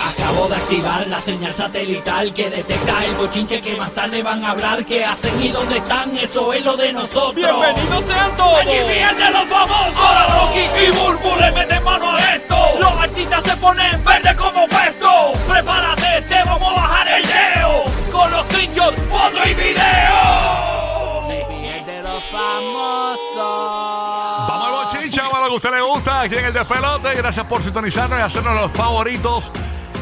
Acabo de activar la señal satelital que detecta el bochinche que más tarde van a hablar. ¿Qué hacen y dónde están? Eso es lo de nosotros. ¡Bienvenidos sean todos! ¡Aquí fíjense los famosos! Ahora Rocky y Burbu le meten mano a esto. Los artistas se ponen verde como puesto. Prepárate, te vamos a bajar el leo. Con los trinchos, foto y video. de los famosos. Vamos al bochinche, vamos a lo que a usted le gusta aquí en el despelote. Gracias por sintonizarnos y hacernos los favoritos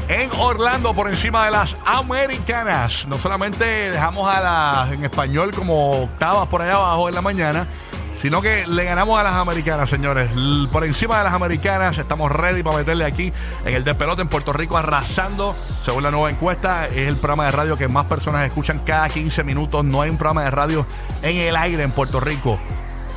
en Orlando por encima de las americanas. No solamente dejamos a las en español como octavas por allá abajo en la mañana, sino que le ganamos a las americanas, señores. L- Por encima de las americanas estamos ready para meterle aquí en el despelote en Puerto Rico arrasando. Según la nueva encuesta, es el programa de radio que más personas escuchan cada 15 minutos. No hay un programa de radio en el aire en Puerto Rico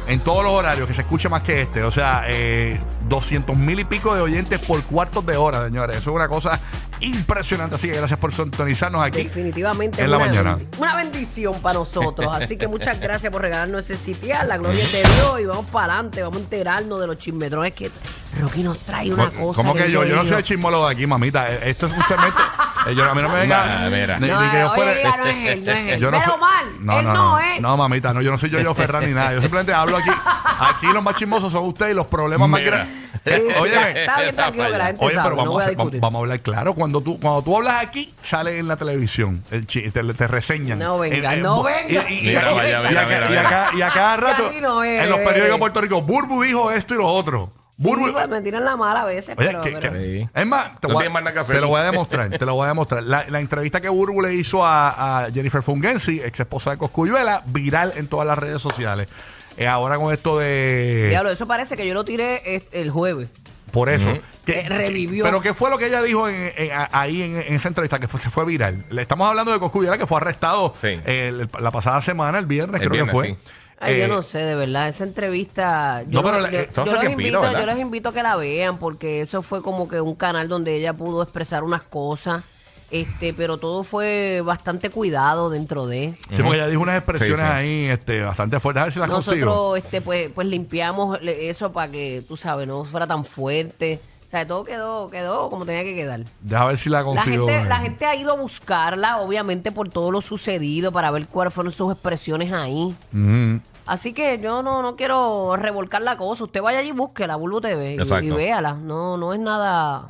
en todos los horarios que se escuche más que este. O sea, eh, 200 mil y pico de oyentes por cuartos de hora, señores. Eso es una cosa impresionante. Así que gracias por sintonizarnos aquí. Definitivamente. En la una, mañana. Una bendición para nosotros. Así que muchas gracias por regalarnos ese sitial. La gloria es de Dios. Y vamos para adelante. Vamos a enterarnos de los chismedrones que Rocky nos trae una ¿Cómo- cosa. ¿Cómo que yo? Yo no digo. soy el chismólogo de aquí, mamita. Eh, Esto es un segmento. Eh, yo- a mí no me venga. Nah, mira. ni- No, ni que yo oye, fuera- diga, no es él, no es él. Yo no Pero soy- mal, No, él no, no, no. ¿eh? No, mamita, no, yo no soy yo, yo Ferran ni nada. Yo simplemente hablo aquí. Aquí los más chismosos son ustedes y los problemas más Mira. grandes. Eh, Sí, sí, Oye, está- está bien está tranquilo que falla. la gente Oye, sabe. pero no vamos, voy a, a hacer- discutir. vamos a hablar claro. Cuando tú, cuando tú hablas aquí, sale en la televisión. El chi- te, te reseñan. No venga, Eh, eh, no bu- venga. Y, y- y Mira, acá- vaya, y mira, acá- mira, y acá- y a cada rato, Así no es, en los bebé. periódicos de Puerto Rico, Burbu dijo esto y lo otro. Burbu. Sí, pues, me tiran la mala a veces, Oye, pero, que- pero- que- Sí. es más, te, No voy, tienes más nada que a- hacer. te lo voy a demostrar, te lo voy a demostrar. La, la entrevista que Burbu le hizo a, a Jennifer Fungensi, ex esposa de Coscuyuela, viral en todas las redes sociales. Eh, ahora con esto de... Diablo, eso parece que yo lo tiré este- el jueves. Por eso. Eh, revivió. Pero ¿qué fue lo que ella dijo en- en- a- ahí en, en esa entrevista que fue- se fue viral? Le estamos hablando de Coscuyuela que fue arrestado Sí. el- la pasada semana, el viernes, El creo viernes, que fue. sí. Ay, yo Eh, no sé, de verdad, esa entrevista. No, Yo pero los- la- eh, yo- son yo los saquiempiros, invito, ¿verdad? yo los invito a que la vean, porque eso fue como que un canal donde ella pudo expresar unas cosas, este, pero todo fue bastante cuidado dentro de. sí, porque ella dijo unas expresiones Sí, sí. ahí este, bastante fuertes. A ver si las consigo. Nosotros, este, pues, pues limpiamos le- eso para que, tú sabes, no fuera tan fuerte. O sea, todo quedó, quedó como tenía que quedar. Deja ver si la La consigo. eh, gente, la gente ha ido a buscarla, obviamente, por todo lo sucedido, para ver cuáles fueron sus expresiones ahí. Ujú. Así que yo no, no quiero revolcar la cosa. Usted vaya allí y búsquela, Bulbo TV, y, Exacto. y véala. No, no es nada...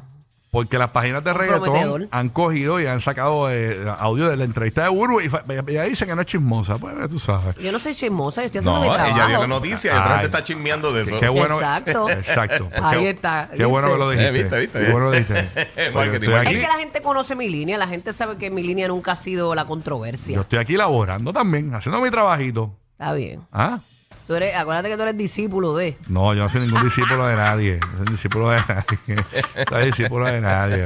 Porque las páginas de reggaetón Comprometedor. han cogido y han sacado eh, audio de la entrevista de Burbu y fa- ella ella dice que no es chismosa. Bueno, tú sabes. Yo no soy chismosa, yo estoy haciendo No, mi trabajo. ella dio la noticia y otra Ay. gente está chismeando de eso. Qué bueno. Exacto. Exacto. Qué- Ahí está, Qué bueno que lo ¿viste? dijiste. Eh, viste, viste. Qué bueno lo dijiste. Marketing, Porque estoy marketing. Es aquí- que la gente conoce mi línea, la gente sabe que mi línea nunca ha sido la controversia. Yo estoy aquí laborando también, haciendo mi trabajito. Está bien. ¿Ah? Tú eres, acuérdate que tú eres discípulo de... No, yo no soy ningún discípulo de nadie. No soy discípulo de nadie. No soy discípulo de nadie.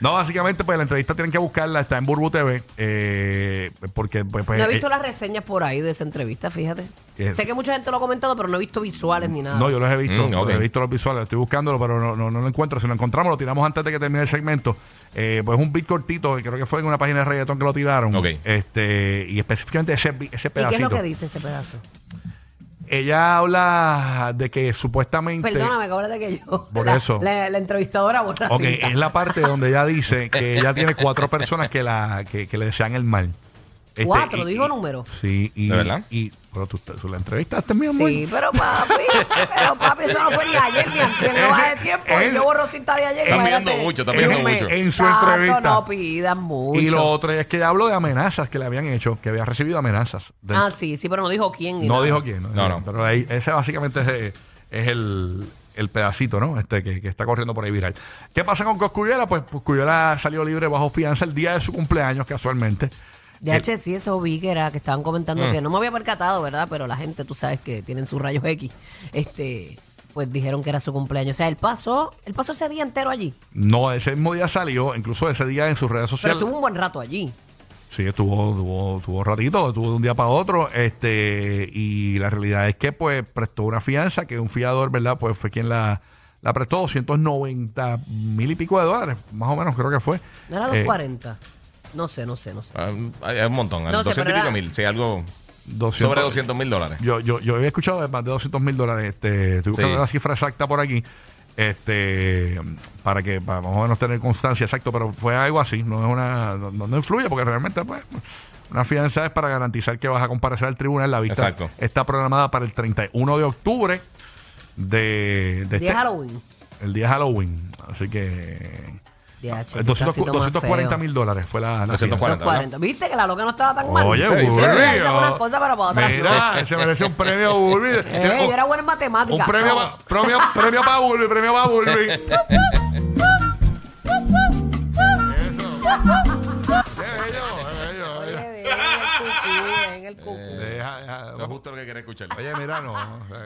No, básicamente, pues la entrevista tienen que buscarla. Está en Burbu TV. eh, porque, pues. pues, No he visto eh, las reseñas por ahí de esa entrevista, fíjate. Eh, Sé que mucha gente lo ha comentado, pero no he visto visuales ni nada. No, yo los he visto. Mm, ok. He visto los visuales. Estoy buscándolo, pero no, no, no lo encuentro. Si lo encontramos, lo tiramos antes de que termine el segmento. Eh, pues un beat cortito, que creo que fue en una página de reggaetón que lo tiraron. Ok. Este, y específicamente ese, bi- ese ¿Y qué es pedacito. lo que dice ese pedazo? Ella habla de que supuestamente. Perdóname, acuérdate que yo... Por la, eso. La, la entrevistadora borra Ok, cinta. es la parte donde ella dice que ella tiene cuatro personas que la que, que le desean el mal. Este, Cuatro, y- dijo y- número. Sí, y, ¿De verdad? y pero tú, tú la entrevistaste, mi amor. Sí, pero papi, pero papi, eso no fue ni ayer ni antes, no va de tiempo. Él- yo borro cinta de ayer. Está imagínate. pidiendo mucho, está En- pidiendo en, mucho. en su Tato, entrevista. No pidas mucho. y lo otro es que ella habló de amenazas que le habían hecho, que había recibido amenazas. De- Ah, sí, sí, pero no dijo quién. ni no nada. dijo quién. No, No, no. Pero ahí, ese básicamente es, eh, es el, el pedacito, ¿no? Este que, que está corriendo por ahí viral. ¿Qué pasa con Coscuyuela? Pues Coscuyuela salió libre bajo fianza el día de su cumpleaños, casualmente. Ya, che, sí, eso vi que era, que estaban comentando Mm. que no me había percatado, ¿verdad? Pero la gente, tú sabes que tienen sus rayos X. Este, pues dijeron que era su cumpleaños. O sea, él pasó, él pasó ese día entero allí. No, ese mismo día salió, incluso ese día en sus redes Pero sociales. estuvo un buen rato allí. Sí, estuvo, estuvo, estuvo ratito, estuvo de un día para otro, este, y la realidad es que pues prestó una fianza, que un fiador, ¿verdad? Pues fue quien la, la prestó 290 mil y pico de dólares, más o menos creo que fue. ¿No era Eh, 240? no sé, no sé, no sé. Ah, Hay hay un montón. No sé, 200 y pero pico era- mil. Sí, algo 200 sobre 200 mil dólares. Yo, yo, yo había escuchado de más de 200 mil dólares. Este, estoy buscando Sí. la cifra exacta por aquí. Este, para que para más o menos tener constancia exacto, pero fue algo así. No es una, no, no influye porque realmente pues, una fianza es para garantizar que vas a comparecer al tribunal. La vista Exacto. está programada para el 31 de octubre de, de Día este- Halloween. el día Halloween. Así que eh, Día, chico, 200 casito más 240 feo. mil dólares fue la, la 240. 240. ¿Viste que la loca no estaba tan mal? Oye, Ustedes Burby. dicen, "Ah, esa para una cosa, pero para otra no". Mira, se merece un premio, Burby. Eh, yo era buena en Un matemática. premio, pa- premio, premio para Bulbi, premio para Bulbi. Eso. Qué bello, qué bello, Oye, bello. ven en el cucú, ven en el Deja, deja, Eso es justo lo que quería escuchar. Oye, mira, no.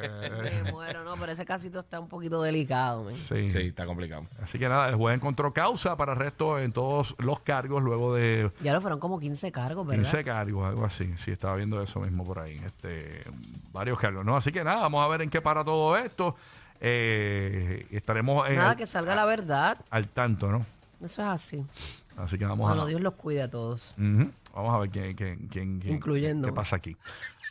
eh, cucú. Me muero, no, pero ese casito está un poquito delicado, men. sí. Sí, está complicado. Así que nada, el juez encontró causa para arresto en todos los cargos luego de Ya lo fueron como 15 cargos, ¿verdad? 15 cargos, algo así. Sí, estaba viendo eso mismo por ahí. Este, varios cargos, ¿no? Así que nada, vamos a ver en qué para todo esto. Eh, estaremos en Nada, al, que salga la verdad. al tanto, ¿no? Eso es así. Así que vamos Bueno, a... Dios los cuide a todos. Ujú. Vamos a ver quién, quién, quién, quién- Incluyendo. qué pasa aquí.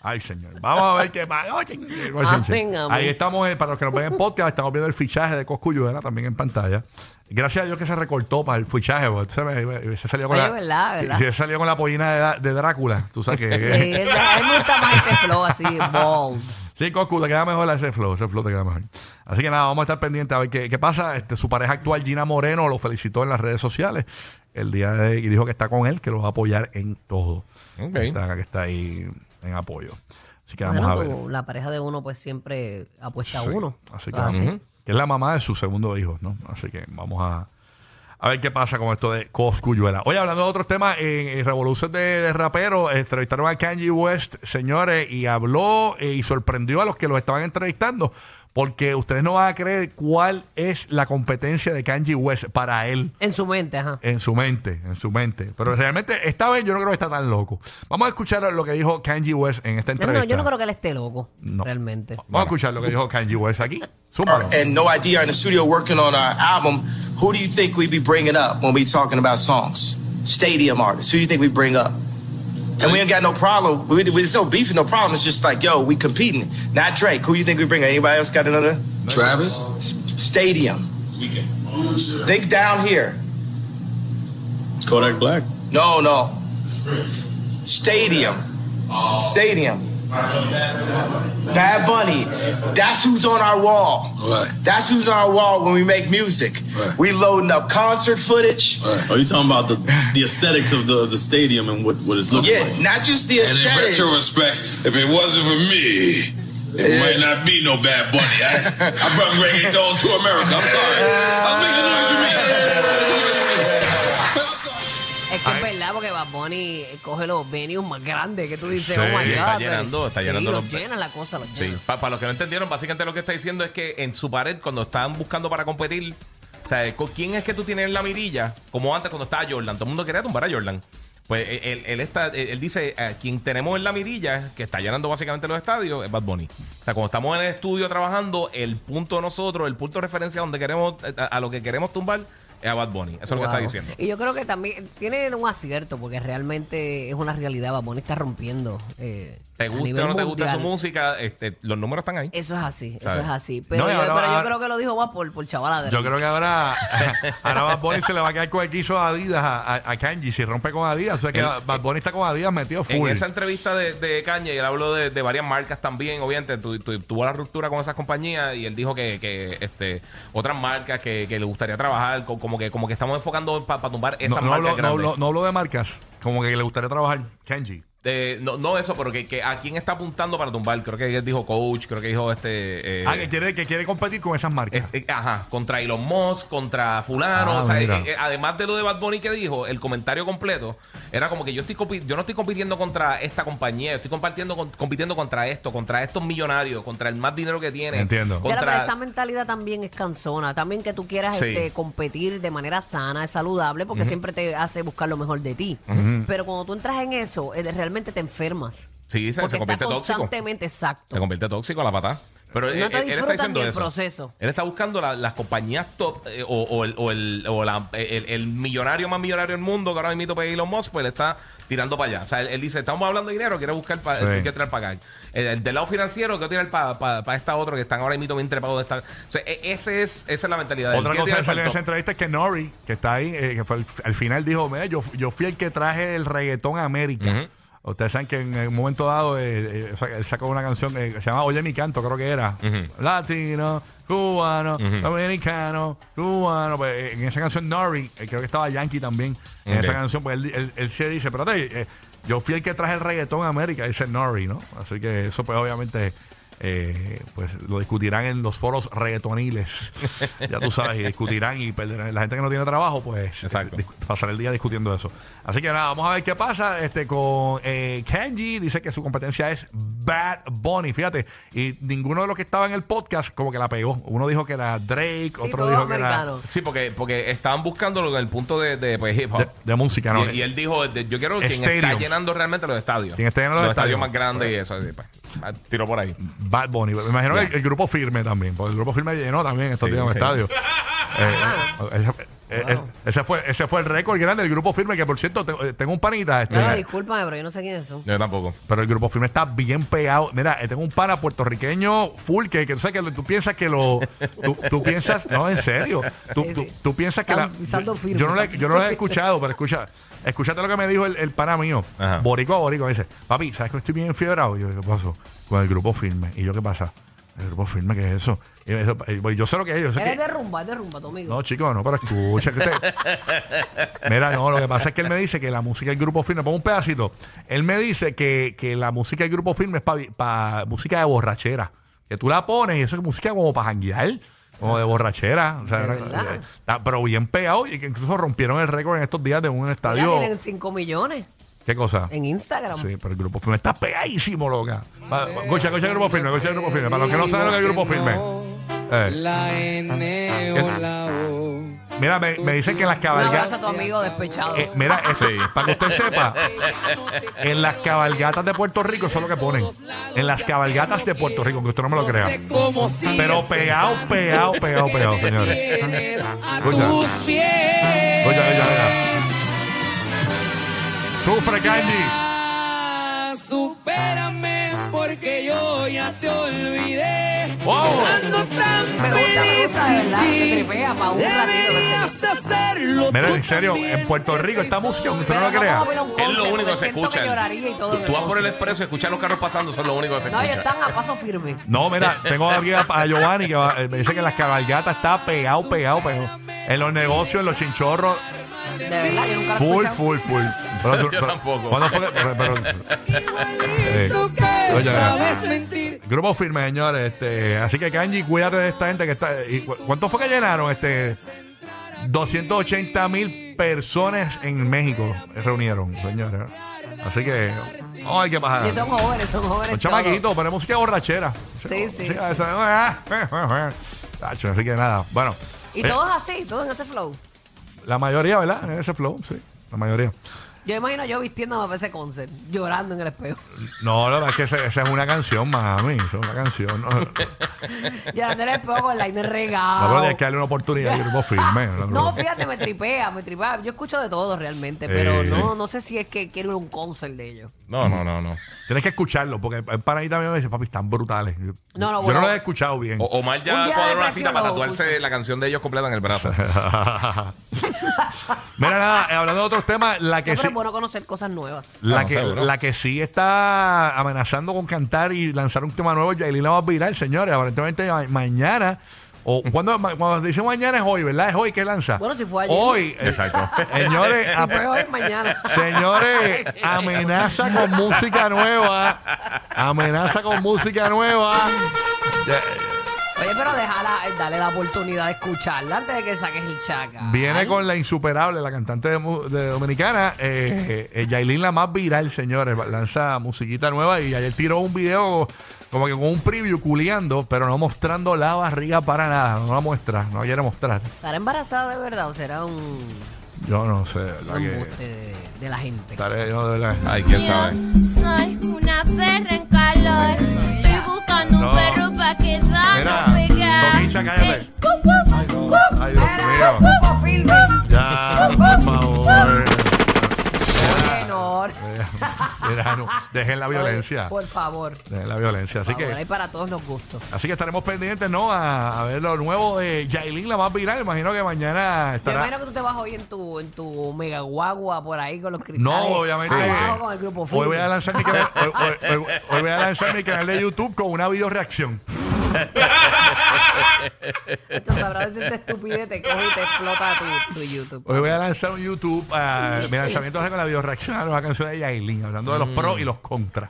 Ay, señor. Vamos a ver qué pasa. Oye, oye, Ah, venga, Ahí amor. estamos, eh, para los que nos ven en podcast, estamos viendo el fichaje de Cosculluela también en pantalla. Gracias a Dios que se recortó para el fichaje. porque Se, me- se salió con Oye, la, verdad, verdad. se salió con la pollina de, de Drácula. Tú sabes Sí, que... es- a mí me gusta más ese flow así, bold. Sí, Coscu, te queda mejor ese flow, ese flow te queda mejor. Así que nada, vamos a estar pendientes a ver qué, qué pasa. Este, su pareja actual, Gina Moreno, lo felicitó en las redes sociales el día de y dijo que está con él, que lo va a apoyar en todo. Ok. Que Está, que está ahí en apoyo. Así que vamos Bueno, a ver. como la pareja de uno pues siempre apuesta a Sí, uno. Así que, Ah, sí. vamos- que es la mamá de su segundo hijo, ¿no? Así que vamos a, a ver qué pasa con esto de Coscuyuela. Oye, hablando de otros temas, en, en Revolución de, de Raperos, entrevistaron a Kanye West, señores, y habló eh, y sorprendió a los que los estaban entrevistando, porque ustedes no van a creer cuál es la competencia de Kanye West para él. En su mente, ajá. En su mente, en su mente. Pero realmente, esta vez yo no creo que está tan loco. Vamos a escuchar lo que dijo Kanye West en esta No, entrevista. no, yo no creo que él esté loco, No. realmente. Ah. Vamos a escuchar lo que dijo Kanye West aquí. Zúmbalo. and no idea in the studio working on our album, who do you think we be bringing up when we talking about songs? Stadium artists. Who do you think we bring up? And we ain't got no problem. We, we, there's no beef and no problem. It's just like, yo, we competing. Not Drake. Who you think we bring? up? Anybody else got another? Travis, Stadium. Think down here. Kodak Black. No, no. Stadium. Stadium. Bad Bunny. That's who's on our wall. Right. That's who's on our wall when we make music. Right. We loading up concert footage. Are Oh, you talking about the, the aesthetics of the, the stadium and what, what it's looking Yeah, like? not just the And in aesthetic. retrospect, if it wasn't for me, it might not be no bad bunny. I, I brought reggaeton to America. I'm sorry. I'm making noise for me. Es que es verdad, porque Bad Bunny coge los venues más grandes que tú dices, oh my God. está pero- llenando, está sí, llenando los los- llena la cosa, los Sí, llena. para los que no entendieron, básicamente lo que está diciendo es que en su pared, cuando estaban buscando para competir, o sea, co- ¿quién es que tú tienes en la mirilla? Como antes cuando estaba Jordan, todo el mundo quería tumbar a Jordan. Pues él, él- él está, él, él dice, eh, quien tenemos en la mirilla, que está llenando básicamente los estadios, es Bad Bunny. O sea, cuando estamos en el estudio trabajando, el punto de nosotros, el punto de referencia donde queremos, eh, a, a lo que queremos tumbar, es a Bad Bunny. Eso es lo que está Wow. diciendo. Y yo creo que también tiene un acierto, porque realmente es una realidad. Bad Bunny está rompiendo. eh, ¿Te a gusta nivel o no te gusta su mundial. música? este, los números están ahí. Eso es así, eso ¿Sabes? es así. Pero, No, y yo, ahora- pero yo ahora- creo que lo dijo más por, por chavalada. Yo creo que ahora, ahora Bad Bunny se le va a caer con el quiso a Adidas, a, a- a Kanji. Si rompe con Adidas, o sea que El- Bad Bunny está con Adidas metido En full. esa entrevista de, de Kanye, él habló de, de varias marcas también, obviamente, tu- tu- tuvo la ruptura con esas compañías y él dijo que, que, este, otras marcas que, que le gustaría trabajar, co- como que, como que estamos enfocando para tumbar no, esas no, marcas hablo, no, grandes. hablo, no hablo de marcas, como que le gustaría trabajar Kanji. Eh, no, no eso, pero que, que a quién está apuntando para tumbar. Creo que él dijo coach, creo que dijo este... eh, Ah, que quiere, que quiere competir con esas marcas. es- eh, ajá, contra Elon Musk, contra fulano. Ah, o sea, mira. eh, eh, además de lo de Bad Bunny que dijo, el comentario completo era como que yo estoy compi- yo no estoy compitiendo contra esta compañía, yo estoy compartiendo con- compitiendo contra esto, contra estos millonarios, contra el más dinero que tiene. Entiendo. contra- Claro, pero esa mentalidad también es cansona. También que tú quieras Sí. este, competir de manera sana, es saludable, porque siempre te hace buscar lo mejor de ti. Pero cuando tú entras en eso, eh, realmente te enfermas. Sí, se, porque se convierte estás tóxico. constantemente exacto. Se convierte tóxico a la patada. Pero eh, No te disfrutan ni el proceso. Él está buscando la- las compañías top eh, o, o el, o el- o la- el- el millonario más millonario del mundo que ahora mismo es Elon Musk, pues le está tirando para allá. O sea, él, él dice, estamos hablando de dinero, quiere buscar pa- Sí. quiere tirar para acá. El, el del lado financiero, quiero tirar para esta otra que están ahora mismo bien trepados de esta. O sea, e- ese es, esa es la mentalidad. de él. Otra Quiere cosa que tirar pa'l salió en esa top. entrevista es que Nori, que está ahí, eh, que fue al, al final dijo, mira, yo, yo fui el que traje el reggaetón a América. Ustedes saben que en un momento dado eh, eh, sa- él sacó una canción eh, que se llama Oye mi canto, creo que era. Latino, cubano, dominicano, cubano. Pues, eh, en esa canción Nori, eh, creo que estaba Yankee también. En Ok. esa canción, pues él, di- él- él se dice, espérate, eh, yo fui el que traje el reggaetón a América, dice Nori, ¿no? Así que eso pues obviamente... eh, pues lo discutirán en los foros reggaetoniles. ya tú sabes, y discutirán y perderán. La gente que no tiene trabajo, pues Exacto. dis- pasar el día discutiendo eso. Así que nada, vamos a ver qué pasa este con eh, Kenji. Dice que su competencia es Bad Bunny, fíjate. Y ninguno de los que estaba en el podcast como que la pegó. Uno dijo que era Drake, otro todos dijo americanos. Sí, porque, porque estaban buscándolo en el punto de, de, pues, hip que hop. era de, de música, ¿no? y, y él dijo, de- yo quiero quien está Stadiums. llenando realmente los estadios. Quien está llenando los estadios. estadios. más grandes y eso. así, pues, ah, tiró por ahí. Bad Bunny. Me imagino Ya. que el, el grupo firme también, porque el grupo firme llenó también estos Sí, días en el sí. estadio. Eh, eh, eh, eh, ese, fue, ese fue el récord grande del grupo firme, que por cierto, te- eh, tengo un panita. Este, No, no, discúlpame, pero yo no sé quién es eso. Yo tampoco. Pero el grupo firme está bien pegado. Mira, eh, tengo un pana puertorriqueño full que, que tú sabes que lo- tú piensas que lo. Tú, tú piensas. No, en serio. Tú, tú- tú piensas que la. Están pisando yo- firme, Yo no lo he- están yo no lo he pisando escuchado, pero escucha. Escúchate lo que me dijo el, el pana mío. Ajá. Borico a Borico. Me dice, papi, ¿sabes que estoy bien fiebrado? Y yo, ¿qué pasó? Con el grupo firme. ¿Y yo qué pasa? El grupo firme, ¿qué es eso? Y me dice, eh, pues, yo sé lo que es. Yo sé Eres que, de rumba, es de rumba, tu amigo. no, chicos, no, pero escucha. que te- Mira, no, lo que pasa es que él me dice que la música del grupo firme, pongo un pedacito. Él me dice que, que la música del grupo firme es para música de borrachera. Que tú la pones y eso es música como para janguear, como de borrachera. O sea, ¿De era- verdad? eh, está- pero bien pegado y que incluso rompieron el récord en estos días de un Ya estadio. tienen 5 millones ¿Qué cosa? en Instagram. Sí, pero el grupo firme está pegadísimo, loca. Va- va- Escucha, escucha el grupo firme, escucha el grupo firme. Para los que no saben lo que es el grupo firme. Eh, La N o la O. mira, me, me dicen que en las Un abrazo cabalgadas. a tu amigo despechado. Eh, mira, este, para que usted sepa, en las cabalgatas de Puerto Rico, eso es lo que ponen. En las cabalgatas de Puerto Rico, que usted no me lo crea. Como si Pero pegado, pegado, pegado, pegado, señores. tienes a Escucha. tus pies. Oye, oye, oye. Sufre, Kanji. Ah, Supérame porque yo ya te olvidé. ¡Wow! Ando Me tan gusta, me feliz gusta, de verdad, que sin ti. tripea pa' un ratito, qué sé yo. Deberías hacerlo Mira, tú en serio, también. en Puerto Rico esta música, aunque usted no Pero lo no crea. puedo ver a un Es concert, lo único que porque se siento que escucha. lloraría y todo Tú, en tú vas por el concert. expreso y escuchas los carros pasando, son lo único que se No, escucha. ellos están a paso firme. No, mira, tengo aquí a, a Giovanni que va- eh, me dice que en las cabalgatas está pegado, pegado, pegado. En los negocios, en los chinchorros, De verdad, yo nunca lo he full, escuchado. full, full. Pero, Yo tampoco. ¿cuándo fue que- pero- pero- Igualito que Oye, sabes mentir. Grupo firme, señores. Este, así que Kanji, cuídate de esta gente que está. y cu- ¿Cuánto fue que llenaron? Este, 280 mil personas en México reunieron, señores. Así que, vamos a ver qué pasa. Y son jóvenes, son jóvenes. Los todos. chamaquitos, pero música borrachera. Sí, sí. Música de esa- eh, Tacho, Así que nada, bueno. Y eh, todos así, todos en ese flow. La mayoría, ¿verdad? En ese flow, sí. La mayoría. Yo imagino yo vistiéndome para ese concert, llorando en el espejo. No, la verdad es que esa, esa es una canción, mami. Esa es una canción. ¿no? Llorando en el espejo con el aire No, pero regado. tienes que darle una oportunidad al grupo firme. No, fíjate, me tripea, me tripea. Yo escucho de todo realmente, pero Eh. no, no sé si es que quiero ir a un concert de ellos. No, no, no, no. Tienes que escucharlo, porque el pana ahí también me dice, papi, están brutales. Yo No, no, yo bueno. no lo he escuchado bien. O, Omar Un ya día cuadró de una cita depresión para lo tatuarse la canción de ellos completa en el brazo. Mira, nada, eh, hablando de otros temas, la que No, pero Eh, sí, es bueno conocer cosas nuevas. la Ah, que, seguro. la que sí está amenazando con cantar y lanzar un tema nuevo, Yailin la va a virar, señores. Aparentemente ma- mañana, o cuando, ma- cuando dice mañana es hoy, ¿verdad? Es hoy que lanza. Bueno, si fue ayer. Hoy, eh, Exacto. señores, Si fue hoy, mañana. Eh, Señores, amenaza con música nueva. Amenaza con música nueva. Oye, pero déjala, eh, dale la oportunidad de escucharla antes de que saques el chaca. Viene con la insuperable, la cantante de, mu- de dominicana, eh, eh, Yailin, la más viral, señores. Lanza musiquita nueva y ayer tiró un video como que con un preview culeando, pero no mostrando la barriga para nada. No la muestra, no quiere mostrar. ¿Estará embarazada de verdad o será un, Yo no sé, la un que. embuste de, de la gente? estaré yo de la- Ay, quién sabe. Soy una perra en calor. Estoy buscando. buscando No. un perro pa' Mira, quedarnos pegar. Toquicha, cállate. Eh, cu, cu, Ay, no. Ay, Dios Era, mío. ¡uh, uh, Filme. Ya, por favor. Ah, Menor. Mira, no, dejen la violencia. pues. Por favor. Dejen la violencia. Así Por favor, Hay que, para todos los gustos. así que estaremos pendientes, ¿no? A, a ver lo nuevo de Yailin, la más viral. Imagino que mañana Yo imagino estará. que tú te vas hoy en tu, en tu mega guagua por ahí con los cristales. No, obviamente. abajo con el grupo Hoy voy a Filme. lanzar mi canal, hoy, hoy- hoy- hoy voy a lanzar mi canal de YouTube con una video reacción. Esto sabrá si esa estupidez te coge y te explota tu, tu YouTube. Hoy voy a lanzar un YouTube. ah, mi lanzamiento va a ser con la video reacción a la canción de Yailin, hablando de Mm. los pros y los contras.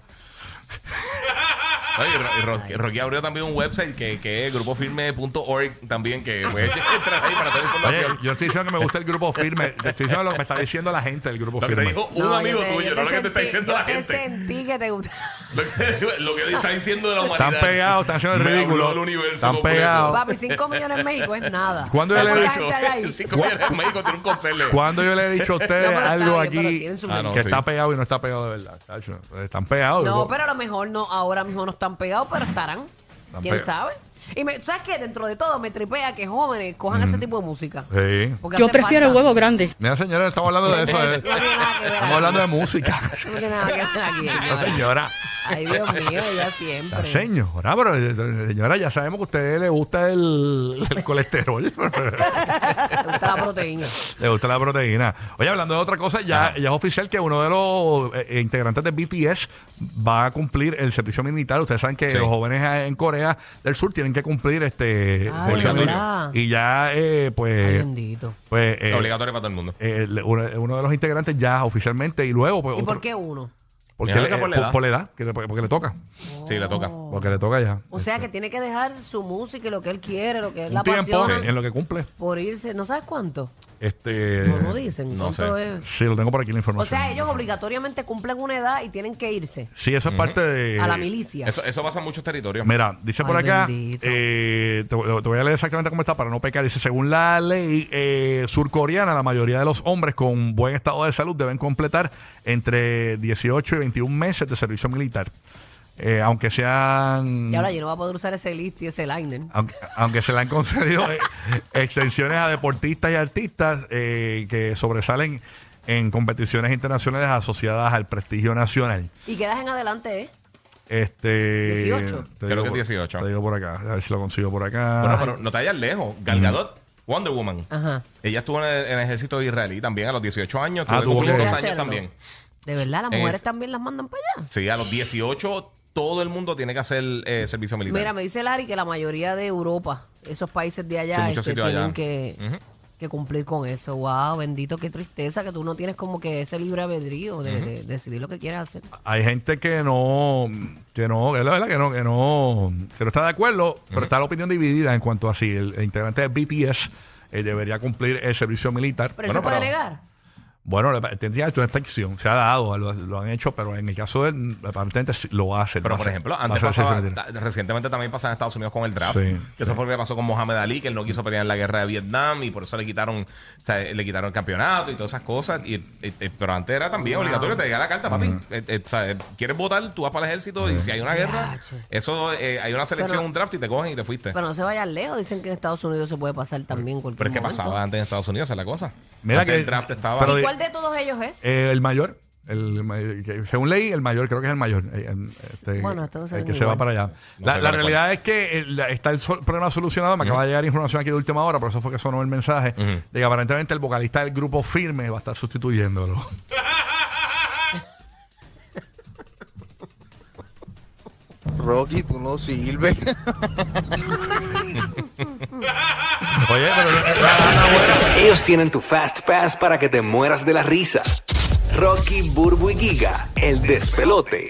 Oye, Ro- y Ro- Rocky abrió también un website que, que es grupofirme.org también, Ah. que puedes entrar ahí para tener Oye, información. yo no estoy diciendo que me gusta el grupo firme. Yo estoy diciendo lo que me está diciendo la gente del grupo Lo que te firme. dijo un No, yo amigo te- yo tuyo, no lo que te está sentí- diciendo yo la te gente. sentí que te gusta. Lo que, lo que está diciendo de la humanidad. Están pegados, están haciendo el Me habló ridículo. el universo Están completo. pegados. Papi, 5 millones en México es nada. ¿Cuándo yo Esa le he gente dicho? allá ahí. Cinco millones en México tiene un conserje. Cuando yo le he dicho a No, ustedes pero está algo bien, pero aquí tienen su Ah, no, que sí. está pegado y no está pegado de verdad, tacho. Están pegados. No, grupo. pero a lo mejor no, ahora mismo no están pegados, pero estarán. Están ¿Quién pegados. sabe? Y me, ¿sabes qué? Dentro de todo me tripea que jóvenes cojan ese tipo de música. Sí. Porque hace falta. grande. Mira, señora, estamos hablando de eso. Señores, eh. no tiene nada que ver Estamos aquí. hablando de música. No tiene nada que ver aquí, La señora. señora. Ay, Dios mío, ella La siempre. señora, pero eh, señora, ya sabemos que a usted le gusta el, el colesterol. Le gusta la proteína. Le gusta la proteína. Oye, hablando de otra cosa, ya, ya es oficial que uno de los eh, eh, integrantes de BTS va a cumplir el servicio militar. Ustedes saben que Sí. los jóvenes eh, en Corea del Sur tienen que cumplir este Ah, servicio ¿verdad? militar. Y ya, eh, Ay, pues, bendito. pues eh, Obligatorio para todo el mundo. eh, el- uno, uno de los integrantes ya oficialmente y luego, pues, ¿Y otro- por qué uno? Porque Mira, le- que por la eh, edad. por la edad, que le- porque le toca. Sí, le toca. Porque le toca ya. Este, Oh. O sea que tiene que dejar su música y lo que él quiere, lo que él un la tiempo apasiona, sí, en lo que cumple. por irse. ¿No sabes cuánto? Este, No lo dicen. no ¿Cuánto sé. es? sí, lo tengo por aquí la O información. sea, ellos obligatoriamente cumplen una edad y tienen que irse Sí, eso es parte de. a la milicia. Eso, eso pasa en muchos territorios. Mira, dice por Ay, acá, bendito. eh, te, voy- te voy a leer exactamente cómo está para no pecar. Dice, según la ley eh, surcoreana, la mayoría de los hombres con buen estado de salud deben completar entre 18 y 21 meses de servicio militar. Eh, aunque sean... Y ahora yo no voy a poder usar ese list y ese liner. Aunque, aunque se le han concedido eh, extensiones a deportistas y artistas eh, que sobresalen en competiciones internacionales asociadas al prestigio nacional. Y quedas en adelante, ¿eh? Este, 18. te Creo digo que por- 18. Te digo por acá, a ver si lo consigo por acá. Bueno, pero no te vayas lejos. Mm. Gal Gadot, Wonder Woman. Ajá. Ella estuvo en el, en el ejército israelí también a los 18 años. Tuvo Ah, que tuvo cumplir que- dos Voy a años hacerlo. también. De verdad, las Es- mujeres también las mandan para allá. Sí, a los 18 todo el mundo tiene que hacer eh, servicio militar. Mira, me dice Lari que la mayoría de Europa, esos países de Sí, allá, muchos este, sitios tienen allá. Que, que cumplir con eso. Wow, bendito, qué tristeza que tú no tienes como que ese libre albedrío de, de decidir lo que quieras hacer. Hay gente que no, que no, que la verdad que no, que no, que no está de acuerdo, pero está la opinión dividida en cuanto a si el, el integrante de BTS eh, debería cumplir el servicio militar. Pero él se puede pero- negar. Eh. Bueno, le- tendría una infección, se ha dado, lo, lo han hecho, pero en el caso de él, aparentemente sí lo hacen. Pero, va a por ser- ejemplo, va a antes ser el servicio pasaba, militar. ta- recientemente también pasaba en Estados Unidos con el draft. Sí, que eso fue lo que pasó con Mohamed Ali, que él no quiso pelear en la guerra de Vietnam y por eso le quitaron, o sea, le quitaron el campeonato y todas esas cosas. Y, y- y- pero antes era también obligatorio, te llega la carta, papi. Eh, eh, o sea, quieres votar, tú vas para el ejército y si hay una guerra, Yache. eso eh, hay una selección, Pero- un draft y te cogen y te fuiste. Pero, Pero no se vayan lejos. Dicen que en Estados Unidos se puede pasar también. en cualquier es que momento. pasaba antes en Estados Unidos, esa es la cosa. Mira Antes que- el draft estaba. pero ¿Cuál de todos ellos es? Eh, el mayor, el, may- que- según ley, el mayor, creo que es el mayor. eh, el, este, Bueno, todos se el ven que se igual. va para allá. No la sé la cuál es realidad es que eh, la- está el sol- problema solucionado. Me acaba de llegar información aquí de última hora, por eso fue que sonó el mensaje Ujú. de que aparentemente el vocalista del grupo Firme va a estar sustituyéndolo. Rocky, tú no sirves. Oye, pero. Ellos tienen tu Fast Pass para que te mueras de la risa. Rocky, Burbu y Giga, el despelote.